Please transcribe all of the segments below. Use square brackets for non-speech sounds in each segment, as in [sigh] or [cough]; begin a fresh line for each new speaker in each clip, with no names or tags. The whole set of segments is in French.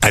À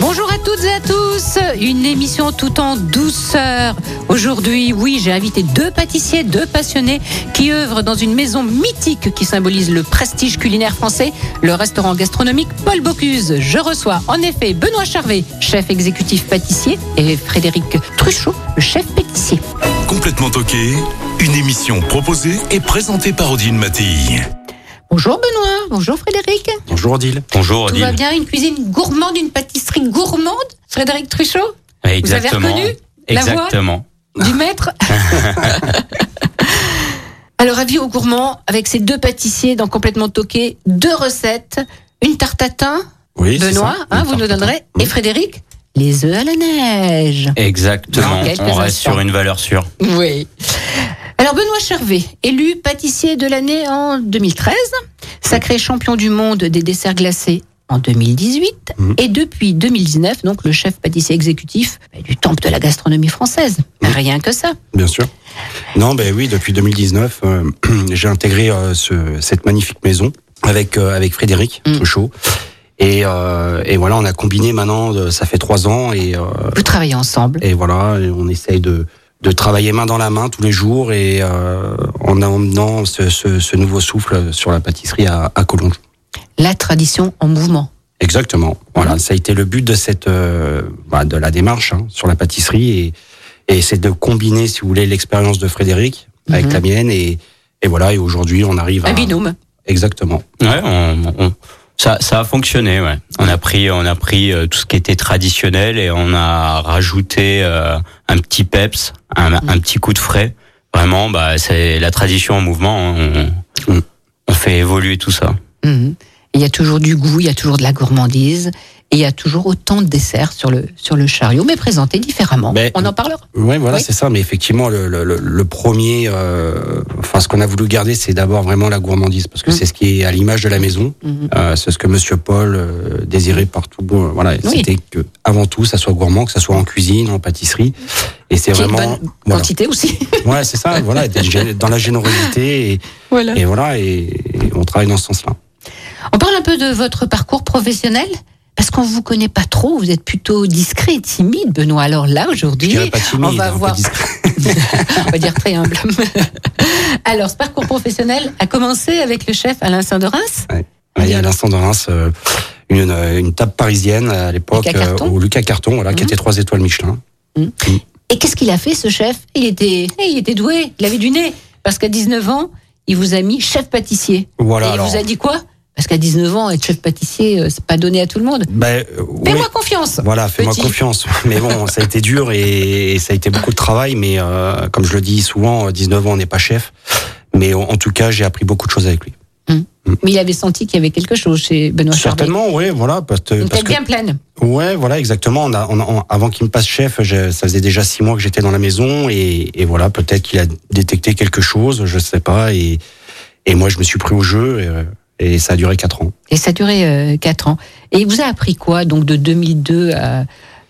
Bonjour à toutes et à tous, une émission tout en douceur. Aujourd'hui, oui, j'ai invité deux pâtissiers, deux passionnés qui œuvrent dans une maison mythique qui symbolise le prestige culinaire français, le restaurant gastronomique Paul Bocuse. Je reçois en effet Benoît Charvet, chef exécutif pâtissier, et Frédéric Truchot, le chef pâtissier.
Complètement toqué, une émission proposée et présentée par Odile Mattei.
Bonjour Benoît, bonjour Frédéric.
Bonjour Odile. Bonjour
Tout va bien, une cuisine gourmande, une pâtisserie gourmande, Frédéric Truchot
Exactement.
Vous avez reconnu la voix
Exactement.
du maître. [laughs] Alors, avis aux gourmands, avec ces deux pâtissiers dans Complètement Toqué, deux recettes, une tarte à thym,
Oui, c'est
Benoît,
ça.
hein, vous nous donnerez, et Frédéric, les œufs à la neige.
Exactement.
Dans quelques
On reste
instants.
sur une valeur sûre.
Oui. Alors, Benoît Charvet, élu pâtissier de l'année en 2013, sacré champion du monde des desserts glacés en 2018,
Mmh.
et depuis 2019, donc le chef pâtissier exécutif bah, du temple de la gastronomie française. Rien que ça.
Bien sûr. Non, ben oui, depuis 2019, euh, [clears throat] j'ai intégré euh, ce- cette magnifique maison avec euh, avec Frédéric
Mm.
Truchot. Et, euh, et voilà, on a combiné maintenant, euh, ça fait trois ans, et, euh,
Vous travaillez ensemble.
et voilà, et on essaye de, de travailler main dans la main tous les jours et euh, en emmenant ce, ce- ce nouveau souffle sur la pâtisserie à, à Collonges.
la tradition en mouvement.
Exactement. Voilà, ça a été le but de cette euh, bah, de la démarche hein, sur la pâtisserie et, et c'est de combiner, si vous voulez, l'expérience de Frédéric avec
Mhm.
la mienne et, et voilà. Et aujourd'hui, on arrive à
Un binôme.
exactement.
Ouais, on- on- ça, ça a fonctionné. Ouais. On a pris, on a pris euh, tout ce qui était traditionnel et on a rajouté euh, un petit peps, un,
Mm.
un petit coup de frais. Vraiment, bah, c'est la tradition en mouvement. hein. On, on- on fait évoluer tout ça.
Mhm. Il y a toujours du goût, il y a toujours de la gourmandise, et il y a toujours autant de desserts sur le, sur le chariot, mais présentés différemment.
Mais-
On en parlera.
Ouais, voilà,
Oui.
c'est ça. Mais effectivement, le, le, le- le premier, euh, enfin, ce qu'on a voulu garder, c'est d'abord vraiment la gourmandise parce que
Mhm.
c'est ce qui est à l'image de la maison.
Mhm.
Euh, c'est ce que Monsieur Paul euh, désirait partout. Bon, voilà,
Oui.
c'était que avant tout, ça soit gourmand, que ça soit en cuisine, en pâtisserie. Et c'est
Qu'il y ait une
vraiment
bonne
voilà.
Quantité
[laughs]
aussi.
Ouais, c'est ça, voilà, d'être gé- dans la générosité et,
voilà.
et voilà, et, et on travaille dans ce sens-là.
On parle un peu de votre parcours professionnel, parce qu'on vous connaît pas trop, vous êtes plutôt discret et timide, Benoît. Alors là,
Je
aujourd'hui,
dirais pas timide, hein,
on va
un peu
voir.
discret.
on va dire très
[laughs]
humble. Alors, ce parcours professionnel a commencé avec le chef Alain Saint de Reims.
Ouais, Il y a à l'instant de Reims, euh, une, une table parisienne euh, à l'époque,
Lucas Carton.
au Lucas Carton, voilà, qui
Mhm.
était trois étoiles Michelin.
Et qu'est-ce qu'il a fait, ce chef il était, eh, il était doué, il avait du nez. Parce qu'à 19 ans, il vous a mis chef pâtissier.
Voilà.
Et il
alors,
vous a dit quoi Parce qu'à 19 ans, être chef pâtissier, euh, c'est pas donné à tout le monde.
ben, euh, oui.
Fais-moi confiance
Voilà, fais-moi
Petit.
confiance. [laughs] Mais bon, ça a été dur et, et ça a été beaucoup de travail. Mais euh, comme je le dis souvent, euh, 19 ans, on n'est pas chef. Mais en, en tout cas, j'ai appris beaucoup de choses avec lui.
Mais il avait senti qu'il y avait quelque chose chez Benoît Charvet.
Certainement, oui, voilà. Parce,
Une tête
parce que
bien pleine.
Ouais, voilà, exactement. On a, on a- on- avant qu'il me passe chef, je- ça faisait déjà six mois que j'étais dans la maison et, et voilà, peut-être qu'il a détecté quelque chose, je sais pas. Et, et moi, je me suis pris au jeu et, euh, et ça a duré quatre ans.
Et ça a duré 4 ans. Et il vous a appris quoi, donc de 2002 à,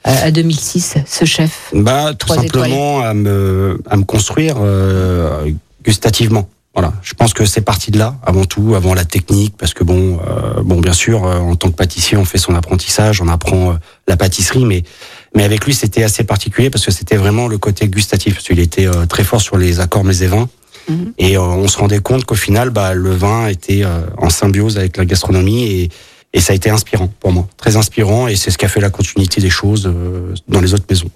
à- à 2006, ce chef
Bah, tout
Trois
simplement à me, à me construire euh, gustativement. Voilà, je pense que c'est parti de là, avant tout, avant la technique, parce que bon, euh, bon, bien sûr, euh, en tant que pâtissier, on fait son apprentissage, on apprend euh, la pâtisserie, mais mais avec lui, c'était assez particulier parce que c'était vraiment le côté gustatif. Parce qu'il était euh, très fort sur les accords mets et vins,
Mhm.
et euh, on se rendait compte qu'au final, bah, le vin était euh, en symbiose avec la gastronomie et et ça a été inspirant pour moi, très inspirant, et c'est ce qui a fait la continuité des choses euh, dans les autres maisons.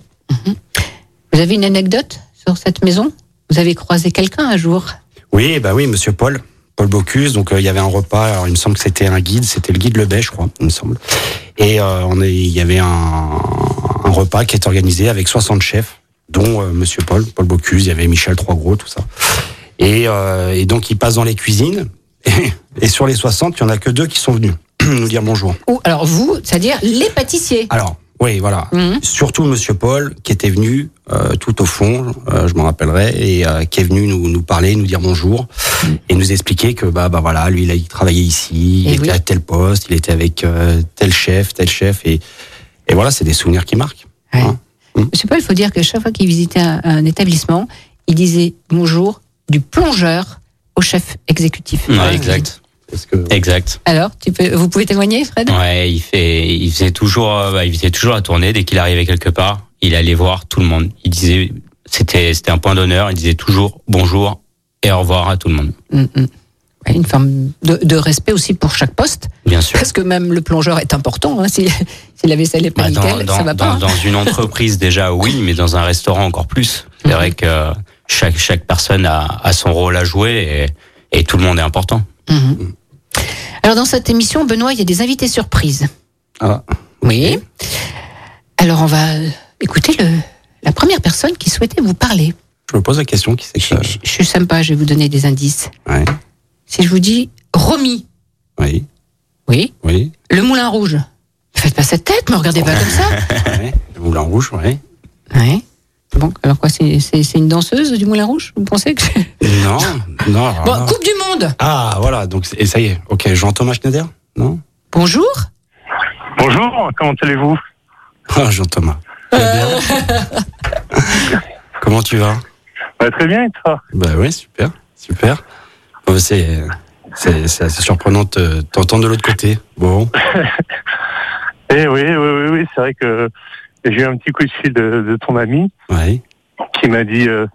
Vous avez une anecdote sur cette maison Vous avez croisé quelqu'un un jour
Oui, bah oui, Monsieur Paul, Paul Bocuse. Donc euh, il y avait un repas. Alors il me semble que c'était un guide, c'était le guide Lebet, je crois, il me semble. Et euh, on est, il y avait un, un repas qui est organisé avec 60 chefs, dont euh, Monsieur Paul, Paul Bocuse. Il y avait Michel Troisgros, tout ça. Et, euh, et donc il passe dans les cuisines. [laughs] Et, et sur les 60, il y en a que deux qui sont venus nous dire bonjour.
Ou alors vous, c'est-à-dire les pâtissiers.
Alors. Oui, voilà.
Mhm.
Surtout Monsieur Paul, qui était venu euh, tout au fond, euh, je m'en rappellerai, et euh, qui est venu nous, nous parler, nous dire bonjour,
Mm.
et nous expliquer que bah bah voilà, lui il a travaillé ici, il
Eh
était
oui.
à tel poste, il était avec euh, tel chef, tel chef, et et voilà, c'est des souvenirs qui marquent.
Ouais.
Hein.
Mm.
Monsieur Paul, il faut dire que chaque fois qu'il visitait un, un établissement, il disait bonjour du plongeur au chef exécutif.
Ouais, exact.
Parce que
Exact.
Alors, tu peux, vous pouvez t'éloigner, Fred
Ouais, il fait, il faisait toujours, euh, bah, il faisait toujours la tournée dès qu'il arrivait quelque part. Il allait voir tout le monde. Il disait, c'était, c'était un point d'honneur. Il disait toujours bonjour et au revoir à tout le monde.
Mm, mm. Ouais, Une forme de, de respect aussi pour chaque poste,
Bien sûr.
parce que même le plongeur est important. hein, [laughs] si, si la vaisselle n'est pas
Bah, dans,
nickel,
dans-
ça va
dans-
pas. hein.
dans
[laughs]
une entreprise déjà, oui, mais dans un restaurant encore plus. C'est vrai que chaque, chaque personne a, a son rôle à jouer et, et tout le monde est important. [laughs]
Mhm. Alors dans cette émission, Benoît, il y a des invités surprises.
Ah.
Oui. Alors on va euh, écouter le, la première personne qui souhaitait vous parler.
je me pose la question, qui c'est
Je,
que
je- je suis sympa, je vais vous donner des indices.
Ouais.
Si je vous dis Romy,
Oui,
oui,
oui.
le Moulin Rouge. Faites pas cette tête, me regardez pas comme ça.
[laughs]
ouais. Le moulin rouge, ouais.
Ouais. Bon, alors quoi, c'est c'est- c'est une danseuse du Moulin Rouge Vous pensez que c'est- [laughs]
Non, non. alors
Bon,
là-
Coupe du Monde.
Ah voilà, donc c'est- et ça y est. Ok, Jean-Thomas Schneider, [laughs] non
Bonjour.
Bonjour, comment allez-vous
Ah, Jean-Thomas. Tu vas bien
Euh.
Comment tu vas
Bah, Très bien, et toi
Bah oui, super, super. Bon, c'est, c'est, c'est assez surprenant de t'entendre de l'autre côté. Bon,
Eh oui, oui, oui, oui c'est vrai que j'ai eu un petit coup de fil de, de ton ami
ouais.
qui m'a dit, euh,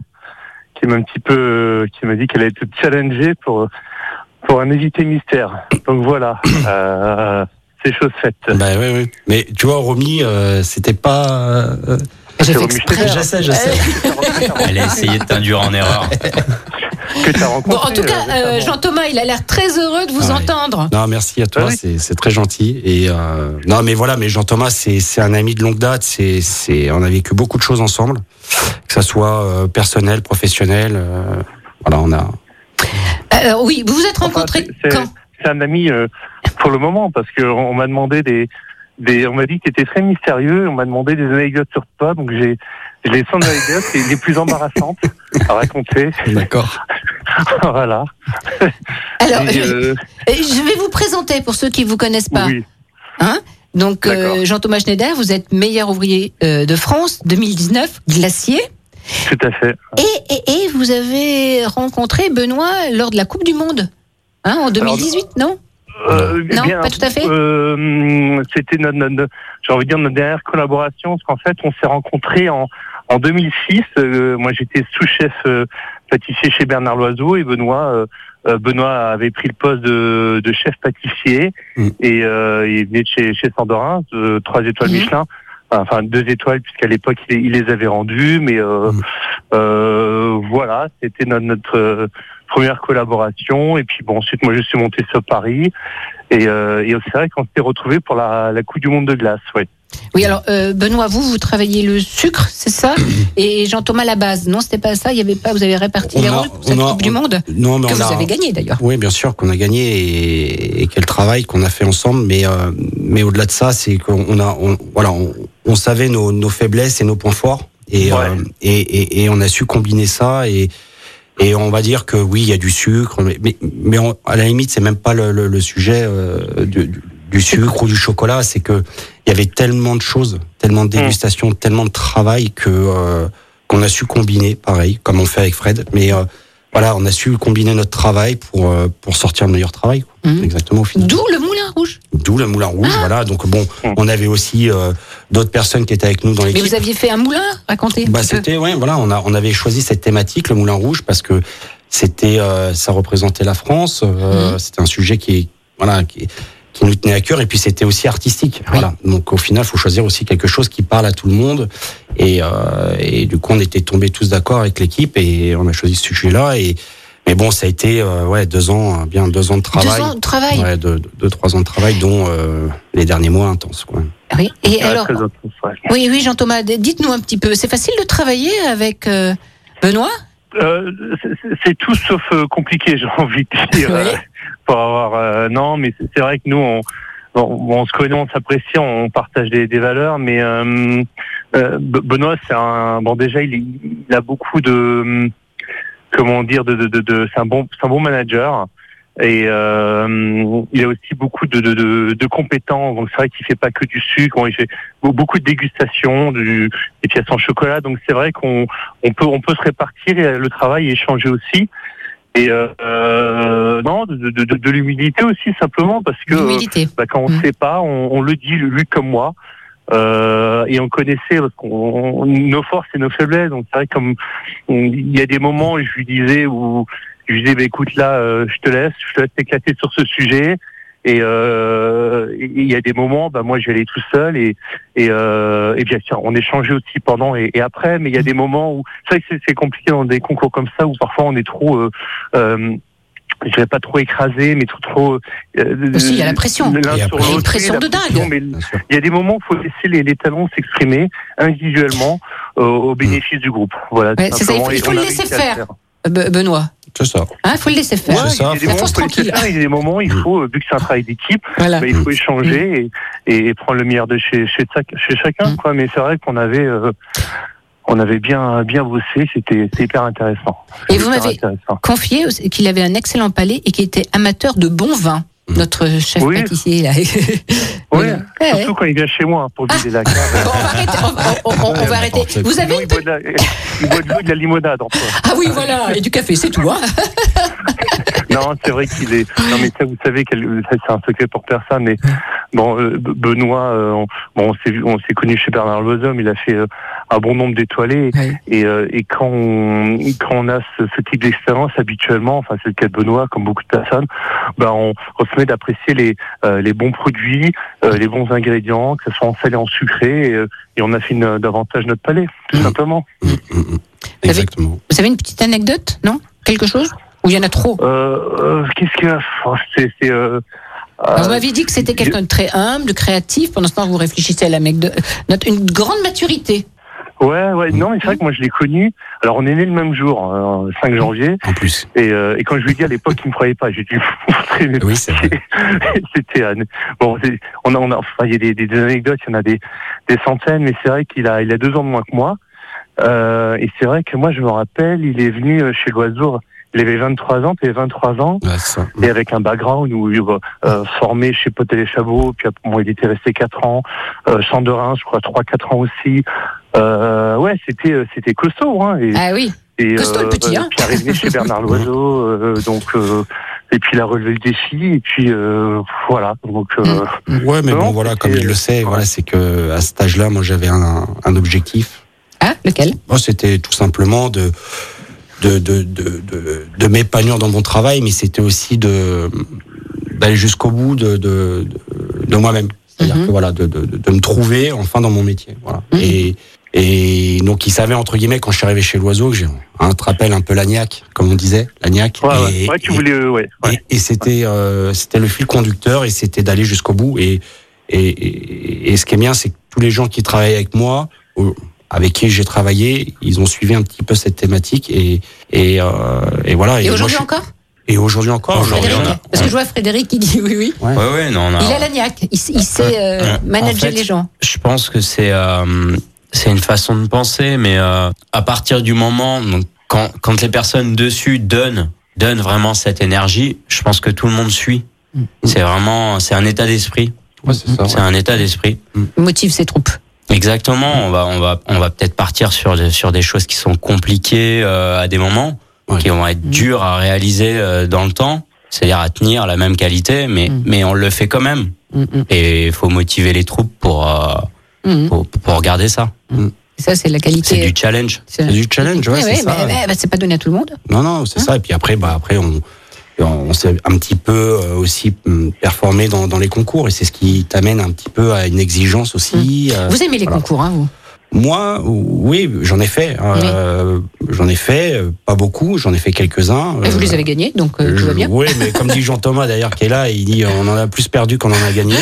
qui m'a un petit peu, euh, qui m'a dit qu'elle allait te challenger pour pour un évité mystère. Donc voilà, [coughs] euh, c'est chose
[laughs]
faite.
Bah oui, oui. Mais tu vois, Romy, euh, c'était pas. euh,
J'ai fait
Ah, Romy
exprès.
Schneider.
Je sais, je sais.
Elle a essayé de t'induire en erreur.
Que t'as
Bon,
rencontré
en tout cas,
euh,
euh, Jean-Thomas, il a l'air très heureux de vous
Ouais.
entendre.
Non, merci à toi,
Ah oui.
c'est, c'est très gentil. Et euh, non, mais voilà, mais Jean-Thomas, c'est, c'est un ami de longue date. C'est, c'est, on a vécu beaucoup de choses ensemble, que ça soit euh, personnel, professionnel. euh, voilà, on a.
Alors Euh, oui, vous vous êtes
Enfin,
rencontrés
c'est-
quand
c'est un ami euh, pour le moment parce que on on m'a demandé des, des on m'a dit que t'étais très mystérieux. On m'a demandé des anecdotes sur toi, donc j'ai j'ai les 100 anecdotes les- les plus embarrassantes à raconter.
D'accord.
[laughs] voilà.
Alors, [laughs]
Et,
je,
euh,
je vais vous présenter pour ceux qui vous connaissent pas.
oui,
Donc, euh,
D'accord.
Jean-Thomas Schneider, vous êtes meilleur ouvrier euh, de France 2019, glacier.
Ah. tout à fait.
Et, et, et vous avez rencontré Benoît lors de la Coupe du Monde, hein, en 2018, non
Euh,
Non,
eh bien,
pas tout à fait
euh, C'était notre, notre- notre- j'ai envie de dire notre dernière collaboration, parce qu'en fait, on s'est rencontrés en, en 2006. Euh, moi, j'étais sous-chef euh, pâtissier chez Bernard Loiseau et Benoît. euh, euh, Benoît avait pris le poste de, de chef pâtissier
Mm.
et euh, il venait de chez, chez Sandorin, de trois étoiles
Mhm.
Michelin. Enfin, deux étoiles, puisqu'à l'époque, il, il les avait rendues. Mais euh,
Mm.
euh, voilà, c'était notre, notre euh, première collaboration. Et puis, bon, ensuite, moi, je suis monté sur Paris. Et, euh, et c'est vrai qu'on s'est retrouvés pour la, la Coupe du Monde de glace, ouais.
Oui, alors, euh, Benoît, vous, vous travaillez le sucre, c'est
[clears throat]
ça Et Jean-Thomas, la base. Non, c'était pas ça, il y avait pas, vous avez réparti
On
les
a-
rôles pour
on
cette
a-
Coupe du
on-
Monde,
Non, mais
que
on
vous
a-
avez gagné d'ailleurs.
Oui, bien sûr qu'on a gagné et, et quel travail qu'on a fait ensemble. Mais euh, mais au-delà de ça, c'est qu'on on a on, voilà, on, on savait nos, nos faiblesses et nos points forts et,
Ouais.
euh, et, et et on a su combiner ça et et on va dire que oui, il y a du sucre, mais mais, mais on- à la limite, c'est même pas le, le, le sujet euh, du, du- du sucre ou du chocolat. C'est que il y avait tellement de choses, tellement de dégustations, tellement de travail que euh, qu'on a su combiner, pareil, comme on fait avec Fred. Mais euh, voilà, on a su combiner notre travail pour euh, pour sortir le meilleur travail. quoi.
Mhm.
Exactement au final.
D'où Ah le Moulin Rouge.
D'où le moulin rouge. Voilà. Donc bon,
Mhm.
on avait aussi euh, d'autres personnes qui étaient avec nous dans
Mais
l'équipe.
vous aviez fait un moulin, racontez. un
Bah,
petit peu.
c'était ouais, voilà, on a on avait choisi cette thématique, le moulin rouge, parce que c'était euh, ça représentait la France. euh,
Mhm.
C'était un sujet qui voilà qui qui nous tenait à cœur et puis c'était aussi artistique. Voilà. Donc au final, faut choisir aussi quelque chose qui parle à tout le monde et, euh, et du coup on était tombés tous d'accord avec l'équipe et on a choisi ce sujet-là et mais bon ça a été euh, ouais deux ans euh, bien deux ans de
Deux
travail.
ans de travail.
Ouais, deux, deux, trois ans de travail dont euh, les derniers mois intenses quoi.
Oui. Et
Ouais,
alors,
très intense, ouais.
Oui, oui, Jean-Thomas, d- dites-nous un petit peu. C'est facile de travailler avec euh, Benoît
Euh, c'est- c'est- c'est tout sauf euh, compliqué, [laughs] j'ai envie de dire.
Ouais.
Pour avoir, euh, non, mais c'est c'est vrai que nous, on, bon, bon, on se connaît, on s'apprécie, on partage des, des valeurs, mais euh, euh, Be- Benoît, c'est un bon déjà, il, il a beaucoup de hum, comment dire, de, de, de, de- c'est un bon, c'est un bon manager. Et euh, il a aussi beaucoup de, de, de, de compétences. Donc c'est vrai qu'il fait pas que du sucre. Il fait be- beaucoup de dégustation, du, des pièces en chocolat. Donc c'est vrai qu'on on peut on peut se répartir et le travail et échanger aussi. Et euh, euh, non, de, de, de, de l'humilité aussi simplement parce que euh,
L'humilité.
bah, quand on
Mm.
sait pas, on, on le dit lui comme moi. Euh, et on connaissait parce qu'on on- nos forces et nos faiblesses. Donc c'est vrai comme on- il y a des moments où je lui disais où je lui disais bah, écoute là euh, je te laisse, je te laisse t'éclater sur ce sujet. Et euh, et- et il y a des moments, bah moi je vais aller tout seul et et, euh, et bien sûr on échangeait aussi pendant et, et après. Mais il y a
Mmh.
des moments où c'est vrai que c'est- c'est compliqué dans des concours comme ça où parfois on est trop euh, euh, je vais pas trop écrasé, mais trop trop. euh,
Aussi, il y a la pression.
l'un
Et
sur
après- Il y a une
l'autre,
pression
la
de
pression,
dingue.
mais
bien sûr.
il y a des moments où il faut laisser les, les talents s'exprimer individuellement euh, au bénéfice du groupe. Voilà. tout
Mm. Ouais, c'est ça, il
simplement.
faut- il
Et
faut
on
le
a
laisser
réussi à
faire.
Euh,
Be- Benoît,
C'est ça.
hein, faut le laisser
Ouais,
faire.
C'est ça,
il y a
faut-
des moments où
faut se
faut laisser
tranquille. Mm. Ah.
faire, il y a des moments où il faut, euh, vu que c'est un travail d'équipe,
Voilà.
bah, il faut échanger et, et, prendre le meilleur de chez, chez, chaque- chez chacun.
Mm.
Quoi. Mais c'est vrai qu'on avait, euh, on avait bien, bien bossé, c'était c'était hyper intéressant.
Et
C'était
vous
hyper
m'avez-
intéressant.
Confié aussi qu'il avait un excellent palais et qu'il était amateur de bon vin.
Mmh.
Notre chef
Oui.
pâtissier
[laughs]
là.
Oui,
Ouais, ouais. Ah,
surtout quand il vient chez moi hein, pour
[laughs]
vider la cave.
Bon, on va arrêter. on- on- on- on va arrêter. Vous avez
Sinon,
une
il boit de la- [laughs] il boit de l'eau et de la limonade en fait.
Ah oui, voilà, et du café, c'est tout. Hein
Non, c'est vrai qu'il est. Non, mais ça, vous savez, quel- ça, c'est un secret pour personne. Mais bon, euh, Be- Benoît, euh, on, bon, on s'est vu- on s'est connu chez Bernard Loiseau, mais il a fait euh, un bon nombre d'étoilés.
Ouais.
Et, euh, et quand on, quand on a ce, ce type d'expérience, habituellement, enfin, c'est le cas de Benoît, comme beaucoup de personnes, ben, on, on se met d'apprécier les, euh, les bons produits, euh, les bons ingrédients, que ce soit en salé, en sucré, et, euh, et on affine euh, davantage notre palais, tout
Mhm.
simplement.
Mm, mm, mm.
avez-
Exactement.
Vous avez une petite anecdote, non Quelque chose Ou il y en a trop
Euh, euh, Qu'est-ce que oh, c'est c'est, euh,
Ah
Alors, Vous
euh,
m'avez dit que c'était quelqu'un de très humble, de créatif. Pendant ce temps, vous réfléchissez à l'anecdote. Notre- Une grande maturité.
Ouais, ouais, non, mais c'est vrai
Mmh.
que moi je l'ai connu. Alors on est né le même jour, euh, le 5 janvier,
En plus.
et, euh, et quand je lui ai dit à l'époque qu'il me croyait pas, j'ai dû [laughs] vous montrer mes
Oui, c'est [laughs] vrai.
c'était un- bon. c'est- On a, on a, enfin, il y a des, des anecdotes, il y en a des, des centaines, mais c'est vrai qu'il a, il a deux ans de moins que moi. Euh, et c'est vrai que moi, je me rappelle, il est venu euh, chez Loiseau. Il avait 23 ans, puis il avait 23 ans,
Ouais, c'est ça.
et avec un background où il euh, euh, formé chez Potel et Chabot, puis après, bon, il était resté 4 ans, euh, champ de Reims, je crois 3-4 ans aussi. Euh, ouais, c'était euh, c'était costaud, hein. Et,
Ah oui,
et, euh,
costaud le petit, hein.
Puis arrivé chez
[laughs]
Bernard Loiseau, euh, donc euh, et puis il a relevé le défi, et puis euh, voilà. Donc euh,
Hmm.
Ouais, mais
Non,
bon, voilà,
c'était- euh,
comme il le sait, voilà, c'est que à cet âge-là, moi, j'avais un, un objectif.
ah, lequel
Moi, c'était tout simplement de de de de, de, de m'épanouir dans mon travail, mais c'était aussi de d'aller jusqu'au bout de de, de, de moi-même. C'est-à-dire
Mm-hmm.
Mhm.
que voilà, de, de, de- de me trouver enfin dans mon métier. Voilà.
Mhm.
Et et donc, il savait entre guillemets quand je suis arrivé chez l'oiseau que j'ai hein, un rappel un peu lagnac, comme on disait, lagnac.
ouais,
Et-
ouais, ouais, tu
et-
voulais, euh, ouais. ouais.
et, et c'était euh, c'était le fil conducteur et c'était d'aller jusqu'au bout. Et, et, et, et ce qui est bien, c'est que tous les gens qui travaillent avec moi, ou avec qui j'ai travaillé, ils ont suivi un petit peu cette thématique. Et, et, euh, et voilà.
Et
moi,
aujourd'hui
je suis-
encore
Et aujourd'hui encore. euh,
Aujourd'hui,
aujourd'hui,
Frédéric
on a-
Parce que je vois Frédéric qui dit oui, oui.
Ouais, ouais, non, on a-
Il a l'agnac, il, s- il sait euh,
Ouais.
manager
En fait,
les gens.
Je pense que c'est euh, c'est une façon de penser, mais euh, à partir du moment donc, quand quand les personnes dessus donnent donnent vraiment cette énergie, je pense que tout le monde suit. C'est vraiment c'est un état d'esprit.
Mm. Ouais, c'est ça.
C'est un état d'esprit.
Il motive ses troupes.
Exactement. On va on va on va peut-être partir sur des- sur des choses qui sont compliquées euh, à des moments
Ouais. Mm.
qui vont être dures à réaliser euh, dans le temps. C'est-à-dire à tenir la même qualité, mais
Mm.
mais on le fait quand même.
Mm, mm,
Et il faut motiver les troupes pour euh,
mm.
pour, pour regarder ça.
Ça, c'est la
C'est
qualité.
du challenge.
C'est
C'est du challenge, ouais,
Ouais,
c'est
ouais,
ça.
mais- mais- bah, c'est pas donné à tout le monde.
Non, non, c'est ça. Et puis après, bah après, on on s'est un petit peu euh, aussi hum, performé dans, dans les concours et c'est ce qui t'amène un petit peu à une exigence aussi. euh,
Mmh. Vous aimez les
voilà.
concours, hein, vous
Moi, oui, j'en ai fait. euh, J'en ai fait, euh, pas beaucoup, j'en ai fait quelques-uns.
Et Vous les avez gagnés, donc euh, tout va bien.
Oui, mais comme dit Jean Thomas d'ailleurs, qui est là, il dit euh, on en a plus perdu qu'on en a gagné.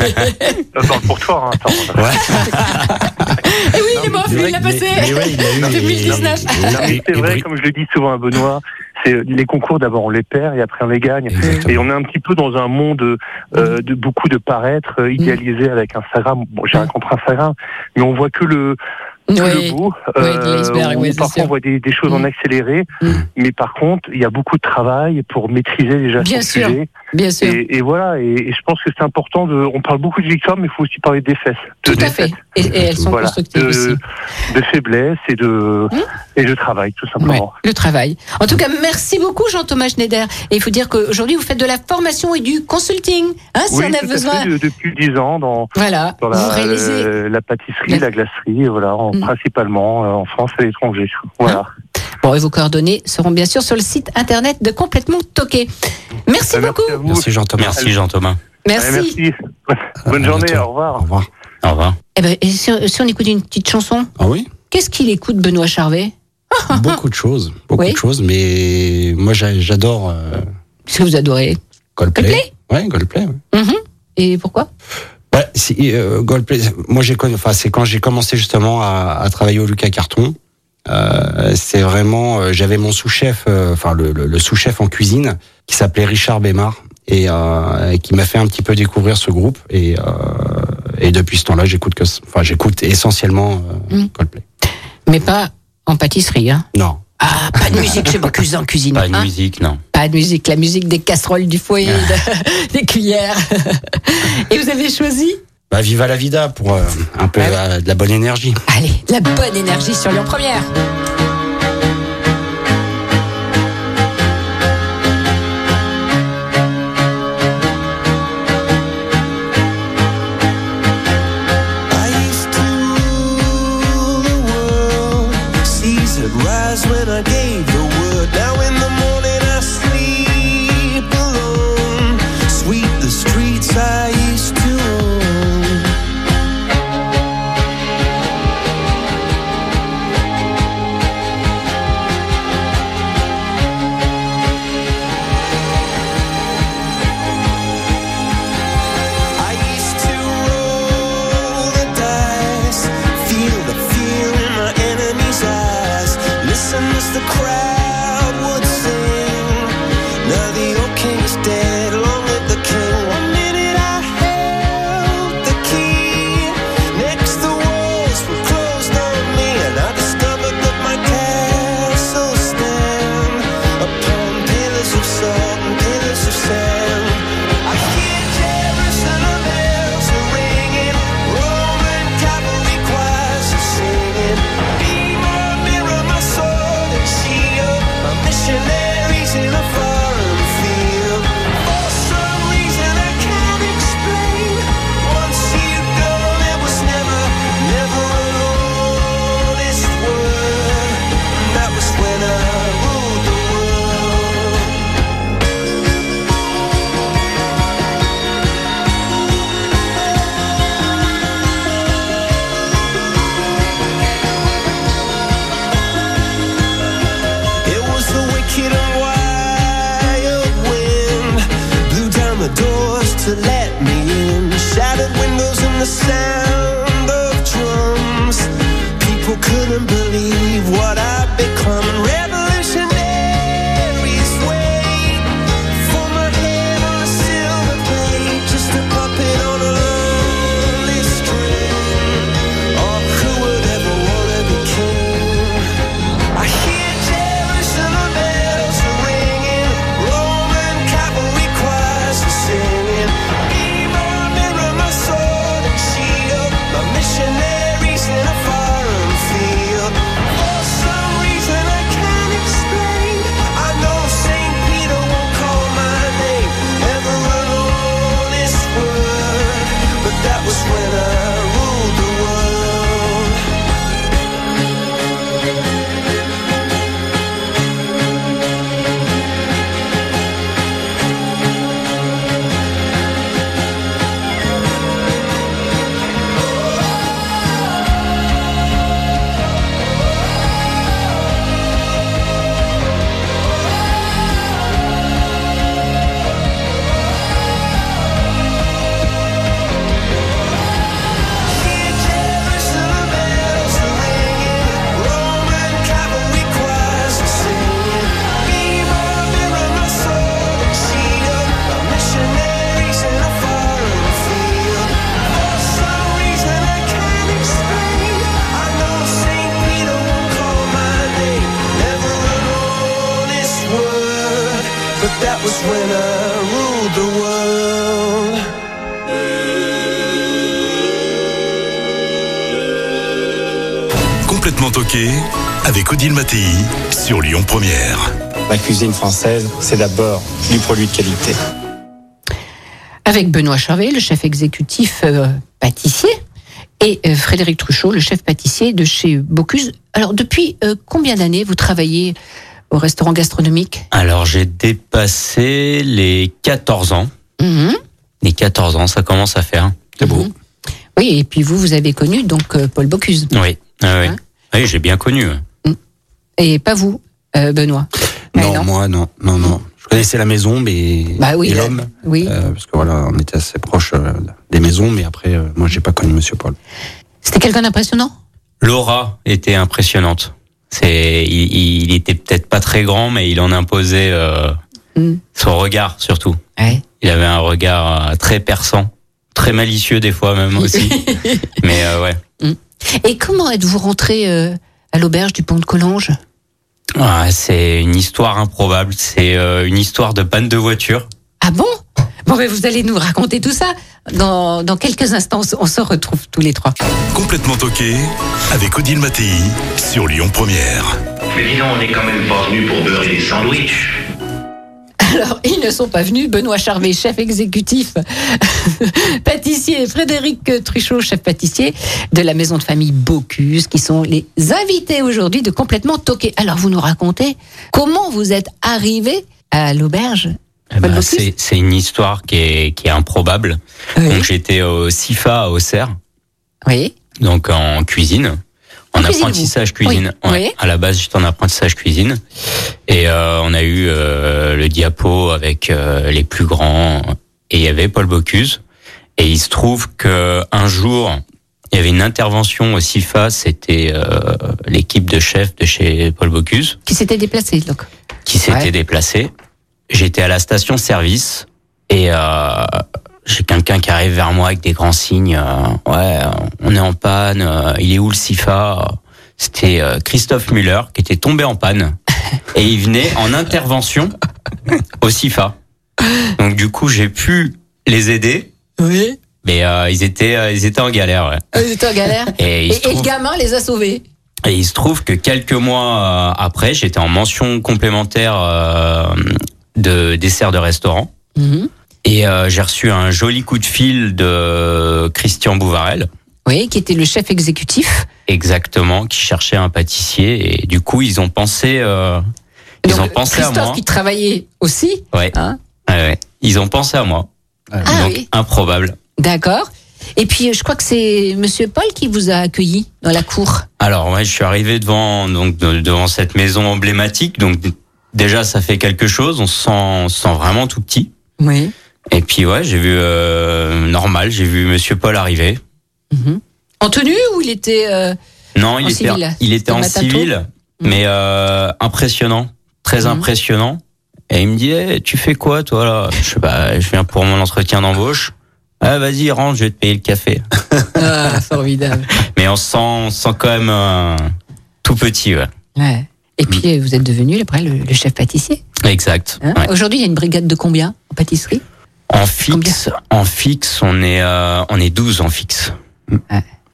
Euh, parle pour toi, hein, attends.
[laughs]
Eh oui, [laughs] il est mort,
Mais- mais- mais ouais, il a eu-
C'est
et-
2019.
et-
Non, mais
et-
c'est
et
vrai,
Bri-
comme je le dis souvent à Benoît, c'est les concours d'abord on les perd et après on les gagne.
Exactement.
Et on est un petit peu dans un monde euh, de beaucoup de paraître euh, idéalisé avec Instagram. Bon, j'ai un contre Instagram, mais on voit que le, que
Mm. Oui.
le beau.
Oui, de l'iceberg,
où
oui, c'est
parfois
sûr.
on voit des, des choses en
Mm.
accéléré,
Mm.
mais par contre, il y a beaucoup de travail pour maîtriser déjà
Bien
son
sûr.
sujet.
Bien sûr.
Et, et voilà, et, et je pense que c'est important. De, on parle beaucoup de victoire, mais il faut aussi parler des fesses.
Tout
De,
à
des
fait.
faiblesses
Et, et elles sont
Voilà.
constructives
Euh,
aussi. Mm.
de faiblesse et de et de travail, tout
Ouais,
simplement.
le travail. En tout cas, merci beaucoup Jean-Thomas Schneider. Et il faut dire qu'aujourd'hui, vous faites de la formation et du consulting. Hein, si
oui,
on a
tout à
besoin.
fait, de- depuis dix ans dans
Voilà,
dans
vous
la,
réalisez.
euh, la pâtisserie,
La-
la glacerie, voilà, en-
Mm.
principalement euh, en France et à l'étranger. Voilà.
Bon, et vos coordonnées seront bien sûr sur le site internet de Complètement Toqué. Merci
Ben,
beaucoup.
à vous.
Merci Jean-Thomas.
Merci Jean-Thomas.
Merci.
Ouais,
[laughs]
merci. Bonne
À
journée,
bientôt.
au revoir.
Au revoir.
Au revoir.
Eh ben, et si, si on écoute une petite chanson,
Ah oui
qu'est-ce qu'il écoute Benoît Charvet
Beaucoup de choses. Beaucoup
Oui.
de choses, mais moi j'a- j'adore euh,
Qu'est-ce que vous adorez
Coldplay.
Coldplay
Ouais, Coldplay. ouais.
Mhm. Et pourquoi
Ouais, si, euh, Goldplay, moi j'ai connu- enfin c'est quand j'ai commencé justement à, à travailler au Lucas Carton. Euh, c'est vraiment, euh, j'avais mon sous-chef, euh, enfin le, le- le sous-chef en cuisine qui s'appelait Richard Bémard et euh, qui m'a fait un petit peu découvrir ce groupe et, euh, et depuis ce temps-là j'écoute que, ce- enfin j'écoute essentiellement euh,
Mm.
Coldplay.
Mais pas en pâtisserie. Hein.
Non,
Ah, pas de musique chez Bocuse en cuisine.
Pas de
hein.
musique, Ah. non.
Pas de musique, la musique des casseroles, du foyer, de- [laughs] des cuillères. Et vous avez choisi
bah viva la vida
[laughs]
pour euh, un peu
Ouais.
euh, de la bonne énergie.
Allez, la bonne énergie sur Lyon Première.
I used to rule the world. Season rise when I gave the word. Now in the morning I sleep alone. Sweep the streets I used to own. I used to roll the dice, feel the fear in my enemy's eyes, listen as the crowd would sing. Now the old king is dead, long live the king. One minute I held the key, next the walls were closed on me, and I discovered that my castle stand upon pillars of salt and pillars of sand. I hear Jerusalem bells are ringing, Roman cavalry choirs are singing. Be my mirror, my sword and shield, my missionaries in a foreign field. That was when I ruled the world.
Complètement toqué avec Odile Mattei sur Lyon Première.
La cuisine française, c'est d'abord du produit de qualité.
Avec Benoît Charvet, le chef exécutif euh, pâtissier, et euh, Frédéric Truchot, le chef pâtissier de chez Bocuse. Alors, depuis euh, combien d'années vous travaillez au restaurant gastronomique
Alors, j'ai dépassé les 14 ans.
Mhm.
Les 14 ans, ça commence à faire.
C'est beau.
Mhm. Oui, et puis vous, vous avez connu donc euh, Paul Bocuse,
Oui, ah oui.
Hein
Oui, j'ai bien connu. ouais.
et pas vous, euh, Benoît. Ah,
Non, moi, non, non, non. Je connaissais la maison, mais
Bah oui,
et
la-
l'homme,
Oui.
euh, parce que voilà, on était assez proche des maisons, mais après, euh, moi, j'ai pas connu Monsieur Paul.
C'était quelqu'un d'impressionnant
L'aura était impressionnante. C'est, il, il- il était peut-être pas très grand, mais il en imposait euh,
Mm.
son regard surtout.
Ouais.
Il avait un regard euh, très perçant, très malicieux des fois même aussi. mais euh, ouais,
Et comment êtes-vous rentré euh, à l'auberge du Pont de Collanges
Ah, c'est une histoire improbable. C'est euh, une histoire de panne de voiture.
Ah bon Bon, ben vous allez nous raconter tout ça. Dans, dans quelques instants, on se retrouve tous les trois.
Complètement toqué avec Odile Mattei sur Lyon Première.
Mais dis donc, on n'est quand même pas venu pour beurrer des sandwichs.
Alors, ils ne sont pas venus. Benoît Charvet, chef exécutif, [laughs] pâtissier, Frédéric Truchot, chef pâtissier de la maison de famille Bocuse, qui sont les invités aujourd'hui de complètement toquer. Alors, vous nous racontez comment vous êtes arrivé à l'auberge
Eh ben,
Paul Bocuse
c'est c'est une histoire qui est, qui est improbable. Donc j'étais au SIFA à Auxerre,
Oui.
donc en cuisine, en
cuisine, vous
apprentissage cuisine.
Oui.
Ouais.
Oui.
À la base, j'étais en apprentissage cuisine. Et euh, on a eu euh, le diapo avec euh, les plus grands. Et il y avait Paul Bocuse. Et il se trouve que un jour, il y avait une intervention au SIFA. C'était euh, l'équipe de chef de chez Paul Bocuse.
Qui s'était déplacé, donc.
qui s'était
Ouais.
déplacé. J'étais à la station service et euh, j'ai quelqu'un qui arrive vers moi avec des grands signes. euh, ouais, on est en panne. euh, il est où le Sifa C'était euh, Christophe Muller qui était tombé en panne
[laughs]
et il venait en intervention au Sifa. Donc du coup, j'ai pu les aider,
Oui.
mais euh, ils étaient euh, ils étaient en galère. Ouais.
Ils étaient Ah, en galère.
Et,
Et,
il se
et le
trouve-
gamin les a sauvés.
et il se trouve que quelques mois euh, après, j'étais en mention complémentaire euh, de dessert de restaurant.
Mhm.
Et euh, j'ai reçu un joli coup de fil de Christian Bouvarel,
Oui, qui était le chef exécutif.
exactement, qui cherchait un pâtissier. Et du coup, ils ont pensé, euh, ils
Donc,
ont pensé
Christophe
à moi.
qui travaillait aussi.
Ouais.
Hein
Ouais, ouais. Ils ont pensé à moi.
Ah
Donc,
oui.
improbable.
D'accord. Et puis, euh, je crois que c'est Monsieur Paul qui vous a accueilli dans la cour.
Alors, ouais, je suis arrivé devant donc de- devant cette maison emblématique. Donc, d- déjà, ça fait quelque chose. On se sent, on se sent vraiment tout petit.
Oui.
Et puis ouais, j'ai vu euh, normal, j'ai vu Monsieur Paul arriver.
En tenue ou il était. euh,
Non, il
En
était
civil.
il
C'était
était en
Matato. Mm.
civil, mais euh, impressionnant, très
Mhm.
impressionnant. Et il me dit, Eh, tu fais quoi toi là Je sais pas, je viens pour mon entretien d'embauche. Ah vas-y, rentre, je vais te payer le café.
Ah, formidable.
Mais on se sent, on se sent quand même euh, tout petit, ouais.
Ouais. Et puis, euh, vous êtes devenu après le, le chef pâtissier.
Exact.
hein.
Mm. ouais.
Aujourd'hui, il y a une brigade de combien en pâtisserie
En fixe, en fixe, on est euh, on est 12 en fixe.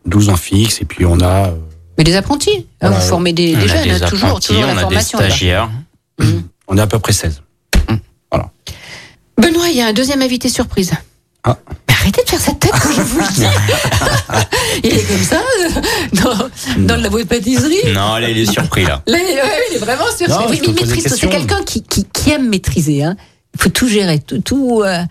12 ans fixe, et puis on a. euh,
Mais des apprentis. hein,
Voilà,
vous
oui.
formez des,
Bah, on
des
a
jeunes,
des
hein, toujours,
apprentis,
toujours la
on a des
formation. là-bas.
stagiaires.
on est à peu près 16.
Benoît, il y a un deuxième invité surprise.
Ah.
Mais arrêtez de faire cette tête quand je vous le dis.
[laughs]
il est comme ça euh,
Hmm.
dans, dans la voie de pâtisserie.
Non, là il est surpris là.
Là, il- ouais, il est vraiment surpris.
Non,
Oui,
je
mais
peux
il
poser
maîtrise
des
tout. C'est
questions.
quelqu'un qui, qui, qui aime maîtriser. hein. Il faut tout gérer. Tout, tout, euh,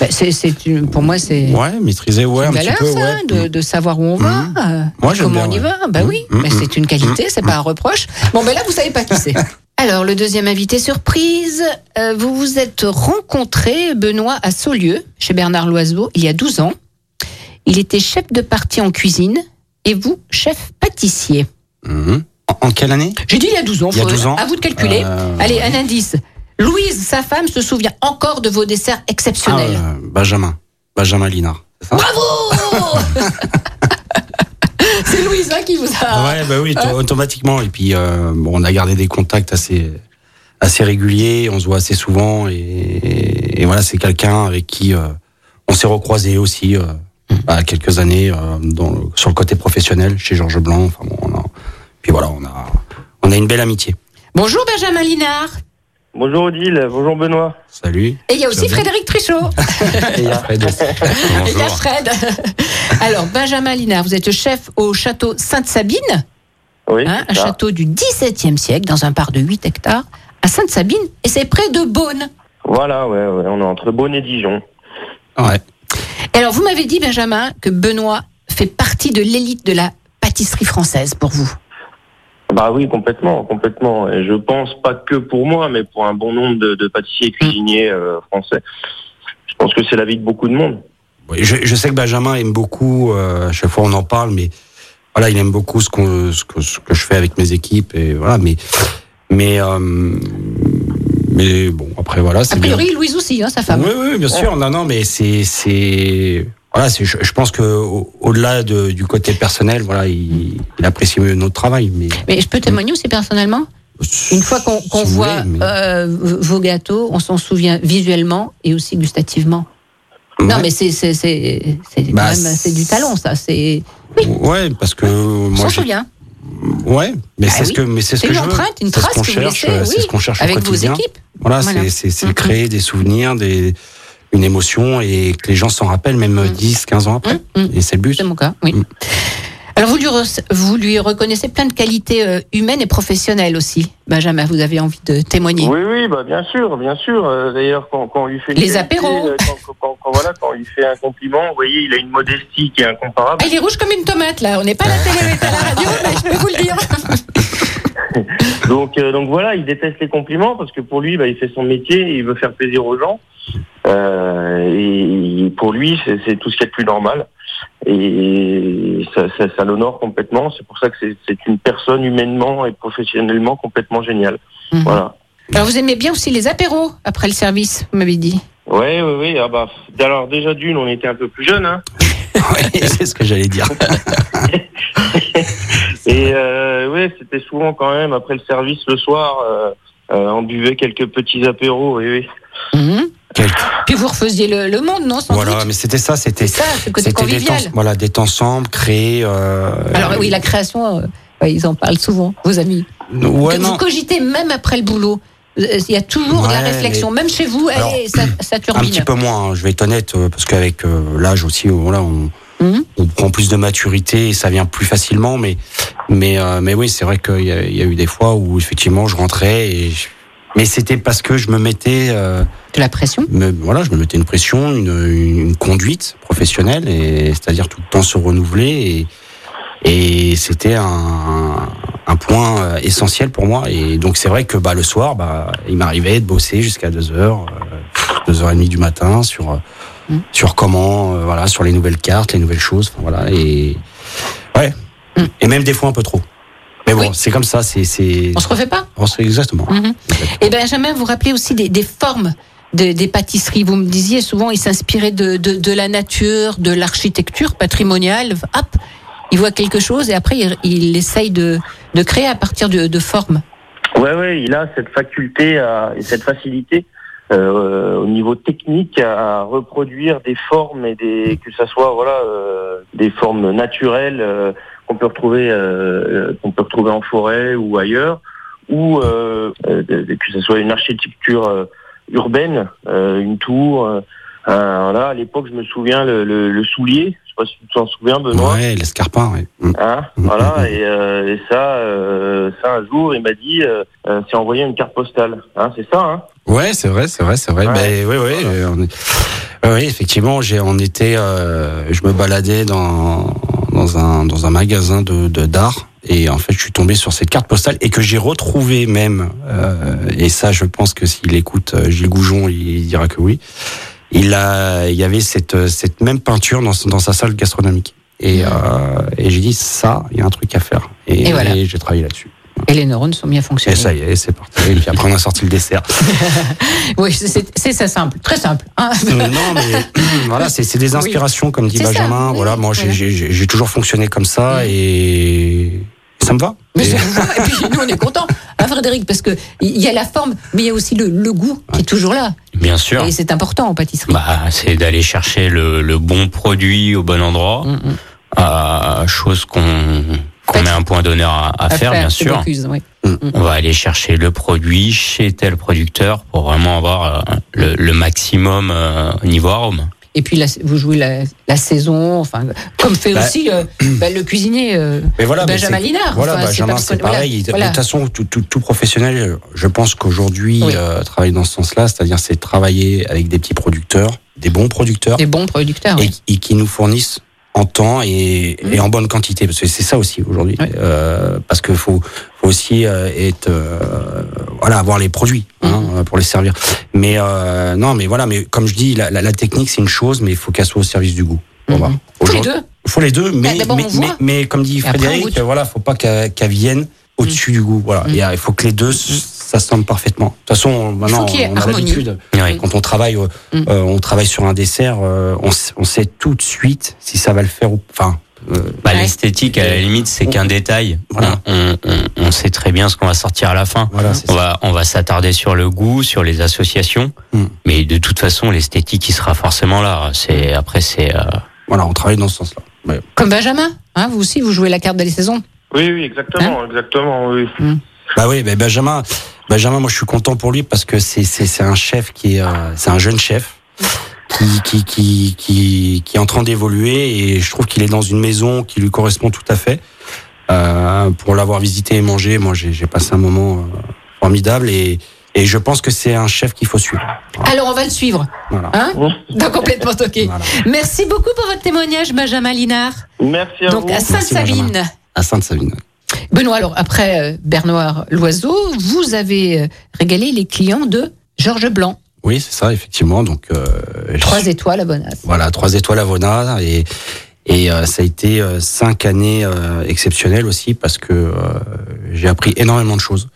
bah, c'est, c'est une- pour moi, c'est
Ouais, maîtriser, ouais,
une
un petit
valeur,
peu,
ça,
ouais.
de, de savoir où on va,
Mmh.
euh,
Moi, j'aime
comment
bien,
on y
ouais.
va. Bah
Mmh.
oui,
Mmh.
mais c'est une
[laughs]
qualité, c'est pas un reproche. Bon, ben là, vous savez pas qui c'est. [laughs] Alors, le deuxième invité surprise, euh, vous vous êtes rencontré, Benoît, à Saulieu, chez Bernard Loiseau, il y a 12 ans. Il était chef de partie en cuisine et vous, chef pâtissier.
Mhm. En, en quelle année
J'ai dit il y a 12 ans.
Il y a
faut-
12 ans.
À vous de calculer.
Euh,
Allez, un indice. Louise, sa femme, se souvient encore de vos desserts
Ah,
exceptionnels.
euh, Benjamin. Benjamin Linard. c'est ça
Bravo C'est Louise hein, qui vous a.
Ouais, bah oui, to- automatiquement. Et puis, euh, bon, on a gardé des contacts assez, assez régulier, on se voit assez souvent, et, et voilà, c'est quelqu'un avec qui euh, on s'est recroisé aussi euh, à quelques années euh, dans le- sur le côté professionnel chez Georges Blanc. Enfin bon, on a- puis voilà, on a on a une belle amitié.
Bonjour Benjamin Linard.
Bonjour Odile, bonjour Benoît.
Salut.
Et il y a aussi
Ça va
Frédéric Truchot.
Et Fred [laughs] aussi.
Et il y a Fred. [laughs] Alors, Benjamin Linard, vous êtes chef au château Sainte-Sabine,
Oui,
hein, un
c'est ça.
château du XVIIe siècle, dans un parc de 8 hectares, à Sainte-Sabine, et c'est près de Beaune.
Voilà, ouais, ouais, on est entre Beaune et Dijon.
Ouais.
Et alors, vous m'avez dit, Benjamin, que Benoît fait partie de l'élite de la pâtisserie française pour vous.
Bah oui, complètement, complètement. Et je pense pas que pour moi, mais pour un bon nombre de, de pâtissiers et
Hmm.
cuisiniers euh, français. Je pense que c'est la vie de beaucoup de monde.
Oui, je, je sais que Benjamin aime beaucoup, euh, à chaque fois on en parle, mais voilà, il aime beaucoup ce, qu'on- ce que, ce que je fais avec mes équipes, et voilà, mais, mais, euh, mais bon, après voilà,
A
c'est bien.
priori, Louise aussi, hein, sa femme.
Oui, oui, bien sûr. Non, non, mais c'est, c'est, voilà, c'est, je, je pense que au- au-delà de- du côté personnel, voilà, il, il apprécie notre travail, mais
Mais je peux témoigner aussi personnellement Une fois qu'on qu'on
si vous
voit
voulez, mais-
euh, v- vos gâteaux, on s'en souvient visuellement et aussi gustativement. Non,
Ouais.
mais c'est c'est- c'est- c'est quand
Bah,
même- c'est du talent, ça. c'est-
ouais, parce que
On
moi,
s'en
j'ai-
souvient.
ouais, mais
Bah
c'est ce
oui.
que, mais c'est ce
C'est
que
une
je veux.
empreinte, une
C'est ce
trace
qu'on
que vous
cherche,
laissez,
euh, c'est
oui,
ce qu'on cherche au
avec vos
quotidien.
équipes.
Voilà,
Voilà.
c'est- c'est c'est
Mhm.
créer des souvenirs, des, une émotion et que les gens s'en rappellent même
Mm.
10, 15 ans après.
Hum, hum,
Et c'est le but.
C'est mon cas, oui.
Mm.
Alors, vous lui, re- vous lui reconnaissez plein de qualités euh, humaines et professionnelles aussi. Benjamin, vous avez envie de témoigner.
Oui, oui, bah bien sûr, bien sûr. Euh, D'ailleurs, quand, quand on lui fait une
Les
qualité,
apéros.
euh, quand, quand- quand- quand- voilà, quand il fait un compliment, vous voyez, il a une modestie qui est incomparable.
Ah, il est rouge comme une tomate, là. On n'est pas à la télé, on est à la radio, mais je peux vous le dire.
[laughs]
Donc, euh, donc voilà, il déteste les compliments parce que pour lui, bah, il fait son métier, il veut faire plaisir aux gens. Euh, et, et pour lui, c'est c'est tout ce qu'il y a de plus normal. Et ça, ça, ça l'honore complètement. C'est pour ça que c'est- c'est une personne humainement et professionnellement complètement géniale.
Mhm.
Voilà.
Alors, vous aimez bien aussi les apéros après le service, vous m'avez dit.
Ouais, oui, oui. Ah bah, alors déjà d'une, on était un peu plus jeunes. Hein.
[laughs] Ouais, c'est ce que j'allais dire.
Et euh, ouais, c'était souvent quand même après le service le soir, euh, euh, on buvait quelques petits apéros. Oui, oui.
Mhm.
Quel-
Puis vous refaisiez le, le monde, non sans
voilà,
doute
mais c'était ça, c'était
C'est ça, ce côté
c'était d'être
convivial.
en- voilà, d'être ensemble, créer. euh,
Alors oui, la création, euh, ouais, ils en parlent souvent, vos amis.
euh, Ouais,
Que
non.
vous cogitez même après le boulot. Euh, Il y a toujours de la
Ouais,
réflexion, même chez vous,
Alors,
allez, ça, ça
Un
turbine.
petit peu moins, hein, je vais être honnête, euh, parce qu'avec euh, l'âge aussi, euh, voilà, on,
Mhm.
on prend plus de maturité et ça vient plus facilement. Mais, mais, euh, mais oui, c'est vrai qu'il y, a- il y a eu des fois où effectivement je rentrais et je- mais c'était parce que je me mettais, euh,
De la pression.
me- voilà, je me mettais une pression, une, une conduite professionnelle, et c'est-à-dire tout le temps se renouveler. Et, et c'était un, un point euh, essentiel pour moi. Et donc c'est vrai que bah, le soir, bah, il m'arrivait de bosser jusqu'à 2 heures, euh, 2h30 du matin sur euh,
Mm.
sur comment, euh, voilà, sur les nouvelles cartes, les nouvelles choses, enfin, voilà. Et ouais,
Mm.
et même des fois un peu trop. Mais bon,
Oui.
c'est comme ça, c'est c'est
On se refait pas
on se- exactement.
Mhm. Et Benjamin, vous rappelez aussi des, des formes de- des pâtisseries. Vous me disiez souvent, ils s'inspiraient de, de, de la nature, de l'architecture patrimoniale. Hop, ils voient quelque chose et après, ils il essayent de, de créer à partir de, de formes.
Ouais, ouais, il a cette faculté à, et cette facilité euh, au niveau technique à, à reproduire des formes et des que ça soit voilà euh, des formes naturelles euh, qu'on peut retrouver euh, euh, qu'on peut retrouver en forêt ou ailleurs ou euh, euh, de- de- que ce soit une architecture euh, urbaine, euh, une tour. euh, un- voilà, à l'époque, je me souviens le, le- le soulier. Je sais pas si tu t'en souviens, Benoît.
Ouais, l'escarpin. Ouais. Mm.
Hein,
Mhm.
voilà, et, euh, et ça, euh, ça un jour, il m'a dit, euh, euh, c'est envoyer une carte postale. Hein, c'est ça, hein
Ouais, c'est vrai, c'est vrai, c'est vrai.
Ouais.
Ben, oui, oui, euh, on est- oui, oui, effectivement, j'ai, on était, euh, je me baladais dans dans un dans un magasin de de- d'art et en fait, je suis tombé sur cette carte postale et que j'ai retrouvée même. euh, et ça, je pense que s'il écoute euh, Gilles Goujon, il dira que oui. Il a, il y avait cette euh, cette même peinture dans son- dans sa salle gastronomique. Et, euh, et j'ai dit ça, il y a un truc à faire. Et,
Et voilà.
et j'ai travaillé là-dessus.
Et les neurones sont bien
Et
fonctionnés.
ça y est, c'est parti. Et puis après, on a sorti le dessert.
Oui, c'est- c'est c'est ça simple, très simple. hein.
Euh, non, mais [clears throat] voilà, c'est c'est des inspirations, comme dit
C'est ça,
Benjamin.
oui,
voilà, moi, j'ai-
voilà.
j'ai j'ai- j'ai toujours fonctionné comme ça
Mm.
et ça me va.
Mais
Et-
c'est bon, et puis nous, on est contents, hein, Frédéric, parce que il y a la forme, mais il y a aussi le, le goût qui est toujours là.
Bien sûr.
Et c'est important en pâtisserie.
Bah, c'est d'aller chercher le, le bon produit au bon endroit. Euh, chose qu'on qu'on met un point d'honneur à, à faire, bien
c'est
sûr.
Bocuse, oui.
On va aller chercher le produit chez tel producteur pour vraiment avoir euh, le, le maximum euh, niveau arôme.
Et puis, la- vous jouez la, la saison, enfin, comme fait
Bah,
aussi
[clears throat]
euh, bah, le cuisinier euh,
Mais voilà, mais
Benjamin
c'est-
Linard.
Voilà,
Enfin,
Benjamin,
parce
c'est
que- voilà,
pareil. Il-
voilà.
De toute façon, tout, tout- tout professionnel, euh, je pense qu'aujourd'hui,
Oui.
euh, travailler dans ce sens-là, c'est-à-dire c'est travailler avec des petits producteurs, des bons producteurs,
Des bons producteurs.
Ah. et,
oui.
et qui nous fournissent en temps et,
Mhm.
et en bonne quantité, parce que c'est ça aussi aujourd'hui.
Ouais.
Euh, parce que faut, faut aussi euh, être, euh, voilà, avoir les produits hein,
Mmh.
euh, pour les servir. Mais euh, non, mais voilà, mais comme je dis, la, la- la technique c'est une chose, mais il faut qu'elle soit au service du goût. Bon,
Mhm.
bah,
Tous les
aujourd'hui-
deux. Bah,
faut les deux, mais,
d'abord, on
mais,
voit.
mais, mais comme dit
Et après, on
Frédéric,
goûte.
euh, voilà, faut pas qu'elle qu'elle vienne au-dessus du goût. Voilà,
Mm.
Et, euh, il faut que les deux, ça semble parfaitement. De toute façon, on- maintenant,
qu'il y ait
on a
harmonie.
l'habitude.
Oui.
Quand on travaille, euh,
Mm.
euh, on travaille sur un dessert, euh, on, s- on sait tout de suite si ça va le faire ou enfin. euh,
Bah,
Ouais.
L'esthétique, à la limite, c'est qu'un détail.
Voilà.
On, on- on sait très bien ce qu'on va sortir à la fin.
voilà, c'est
On
ça.
va, on va s'attarder sur le goût, sur les associations,
Mm.
mais de toute façon, l'esthétique, il sera forcément là. C'est après, c'est euh,
Voilà, on travaille dans ce sens-là. Ouais.
Comme Benjamin, hein, vous aussi, vous jouez la carte de la saison.
Oui, oui,
Hein
exactement, exactement. Oui.
Bah oui, mais Benjamin, Benjamin, moi je suis content pour lui parce que c'est c'est c'est un chef qui est, euh, c'est un jeune chef qui qui qui qui qui est en train d'évoluer et je trouve qu'il est dans une maison qui lui correspond tout à fait. Euh, pour l'avoir visité et mangé, moi j'ai j'ai passé un moment euh, formidable et et je pense que c'est un chef qu'il faut suivre.
Alors, on va le suivre.
Voilà.
Hein Dans complètement stocké.
Voilà.
Merci beaucoup pour votre témoignage, Benjamin Linard.
Merci à
Donc,
vous.
à Sainte-Sabine.
À Sainte-Savine.
Benoît, alors après euh, Bernoir Loiseau, vous avez euh, régalé les clients de Georges Blanc.
Oui, c'est ça effectivement. Donc euh, je-
Trois étoiles à Bonas.
Voilà, trois étoiles à Vona et et euh, ça a été euh, cinq années euh, exceptionnelles aussi parce que euh, j'ai appris énormément de choses.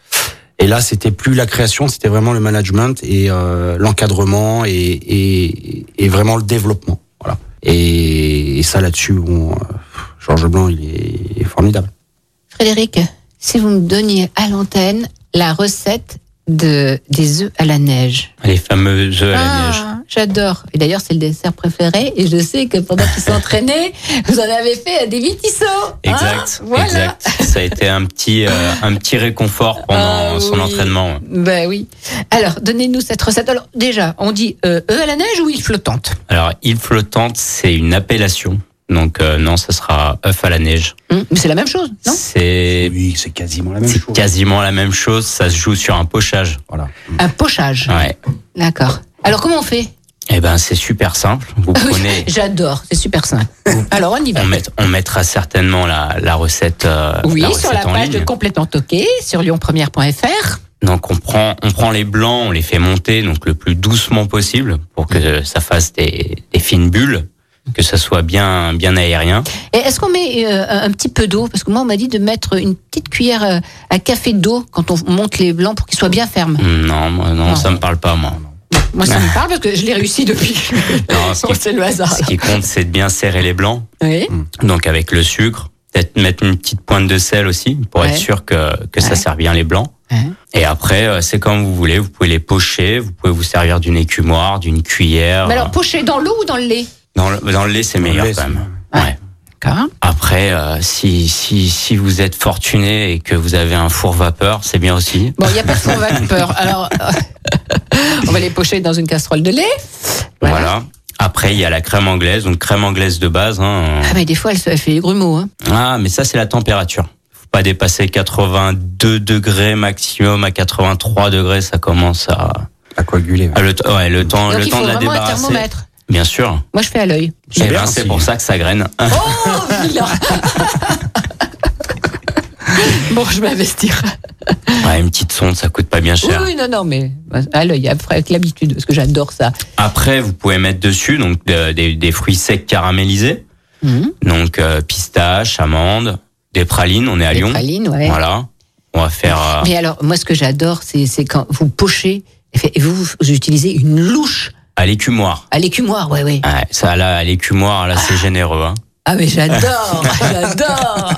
Et là, c'était plus la création, c'était vraiment le management et euh, l'encadrement et, et et vraiment le développement. Voilà. Et, et ça là-dessus, bon, euh, Georges Blanc, il est, il est formidable.
Frédéric, si vous me donniez à l'antenne la recette de, des œufs à la neige.
les fameux œufs à la neige.
Ah, J'adore. Et d'ailleurs, c'est le dessert préféré. Et je sais que pendant qu'ils s'entraînaient, [laughs] vous en avez fait à des vitissos. hein
Exact,
voilà.
exact. Ça a été un petit, euh, un petit réconfort pendant
Ah
son
oui.
entraînement. ouais.
Ben oui. Alors, donnez-nous cette recette. Alors, déjà, on dit euh, œufs à la neige ou île flottante
Alors, île flottante, c'est une appellation. Donc euh, non, ça sera œuf à la neige.
Hum, Mais c'est la même chose, non
C'est
oui, c'est quasiment la même
c'est
chose.
quasiment la même chose. Ça se joue sur un pochage.
Voilà.
Un pochage.
Ouais.
D'accord. Alors, comment on fait
Eh ben, c'est super simple.
Ah [laughs]
Vous prenez,
J'adore, c'est super simple. Alors, on y va.
on, met- on mettra certainement la, la recette. euh,
oui,
la
sur
recette
la
en
page
ligne.
de Complètement Toqué, sur lyonpremière.fr.
Donc on prend, on prend les blancs, on les fait monter donc le plus doucement possible pour que ça fasse des, des fines bulles, que ça soit bien bien aérien.
Et est-ce qu'on met euh, un petit peu d'eau Parce que moi, on m'a dit de mettre une petite cuillère euh, à café d'eau quand on monte les blancs pour qu'ils soient bien fermes.
Non, moi, non,
Non.
ça me parle pas
[laughs]
moi.
Moi, ça me parle parce que je l'ai réussi depuis.
Ah. [laughs]
[laughs]
Non, ce qui-
c'est le hasard.
Ce qui Mm. compte, c'est de bien serrer les blancs.
Oui.
Donc avec le sucre, peut-être mettre une petite pointe de sel aussi pour
Ouais.
être sûr que que
Ouais.
ça sert bien les blancs.
Ouais.
Et après, euh, c'est comme vous voulez. Vous pouvez les pocher, vous pouvez vous servir d'une écumoire, d'une cuillère.
Mais alors, pocher dans l'eau ou dans le lait
dans le, dans le lait, c'est
Dans le
meilleur
lait,
quand
c'est
même. Ouais.
D'accord.
Après, euh, si, si, si vous êtes fortuné et que vous avez un four vapeur, c'est bien aussi.
Bon, il n'y a pas de fond
[laughs]
vapeur. Alors, euh, [laughs] on va les pocher dans une casserole de lait.
Voilà. Après, il y a la crème anglaise, donc crème anglaise de base. Hein.
Ah, mais des fois, elle se elle fait les grumeaux. Hein.
Ah, mais ça, c'est la température. Faut pas dépasser 82 degrés maximum à 83 degrés, ça commence à,
À coaguler.
à le, t- ouais, le temps,
Donc,
le
il
temps
faut
de la
vraiment un
débarrasser.
thermomètre.
Bien sûr.
Moi, je fais à
[laughs]
l'œil.
C'est
Eh
bien,
ben, c'est
si.
pour ça que
[laughs]
ça graine.
Oh, vilain Bon, je m'investir.
Ouais, une petite sonde, ça coûte pas bien
Oui,
cher.
oui, non, non, mais à l'œil, après, avec l'habitude, parce que j'adore ça.
Après, vous pouvez mettre dessus donc euh, des, des fruits secs caramélisés,
Mhm.
donc euh, pistache, amandes, des pralines. On est à
Des
Lyon,
pralines, ouais.
voilà. On va faire. euh,
Mais alors, moi, ce que j'adore, c'est c'est quand vous pochez et vous, vous utilisez une louche
à l'écumoire.
à l'écumoire, ouais, Ah, ouais.
Ouais, ça là, à l'écumoire, là, c'est généreux. Hein.
Ah, mais j'adore J'adore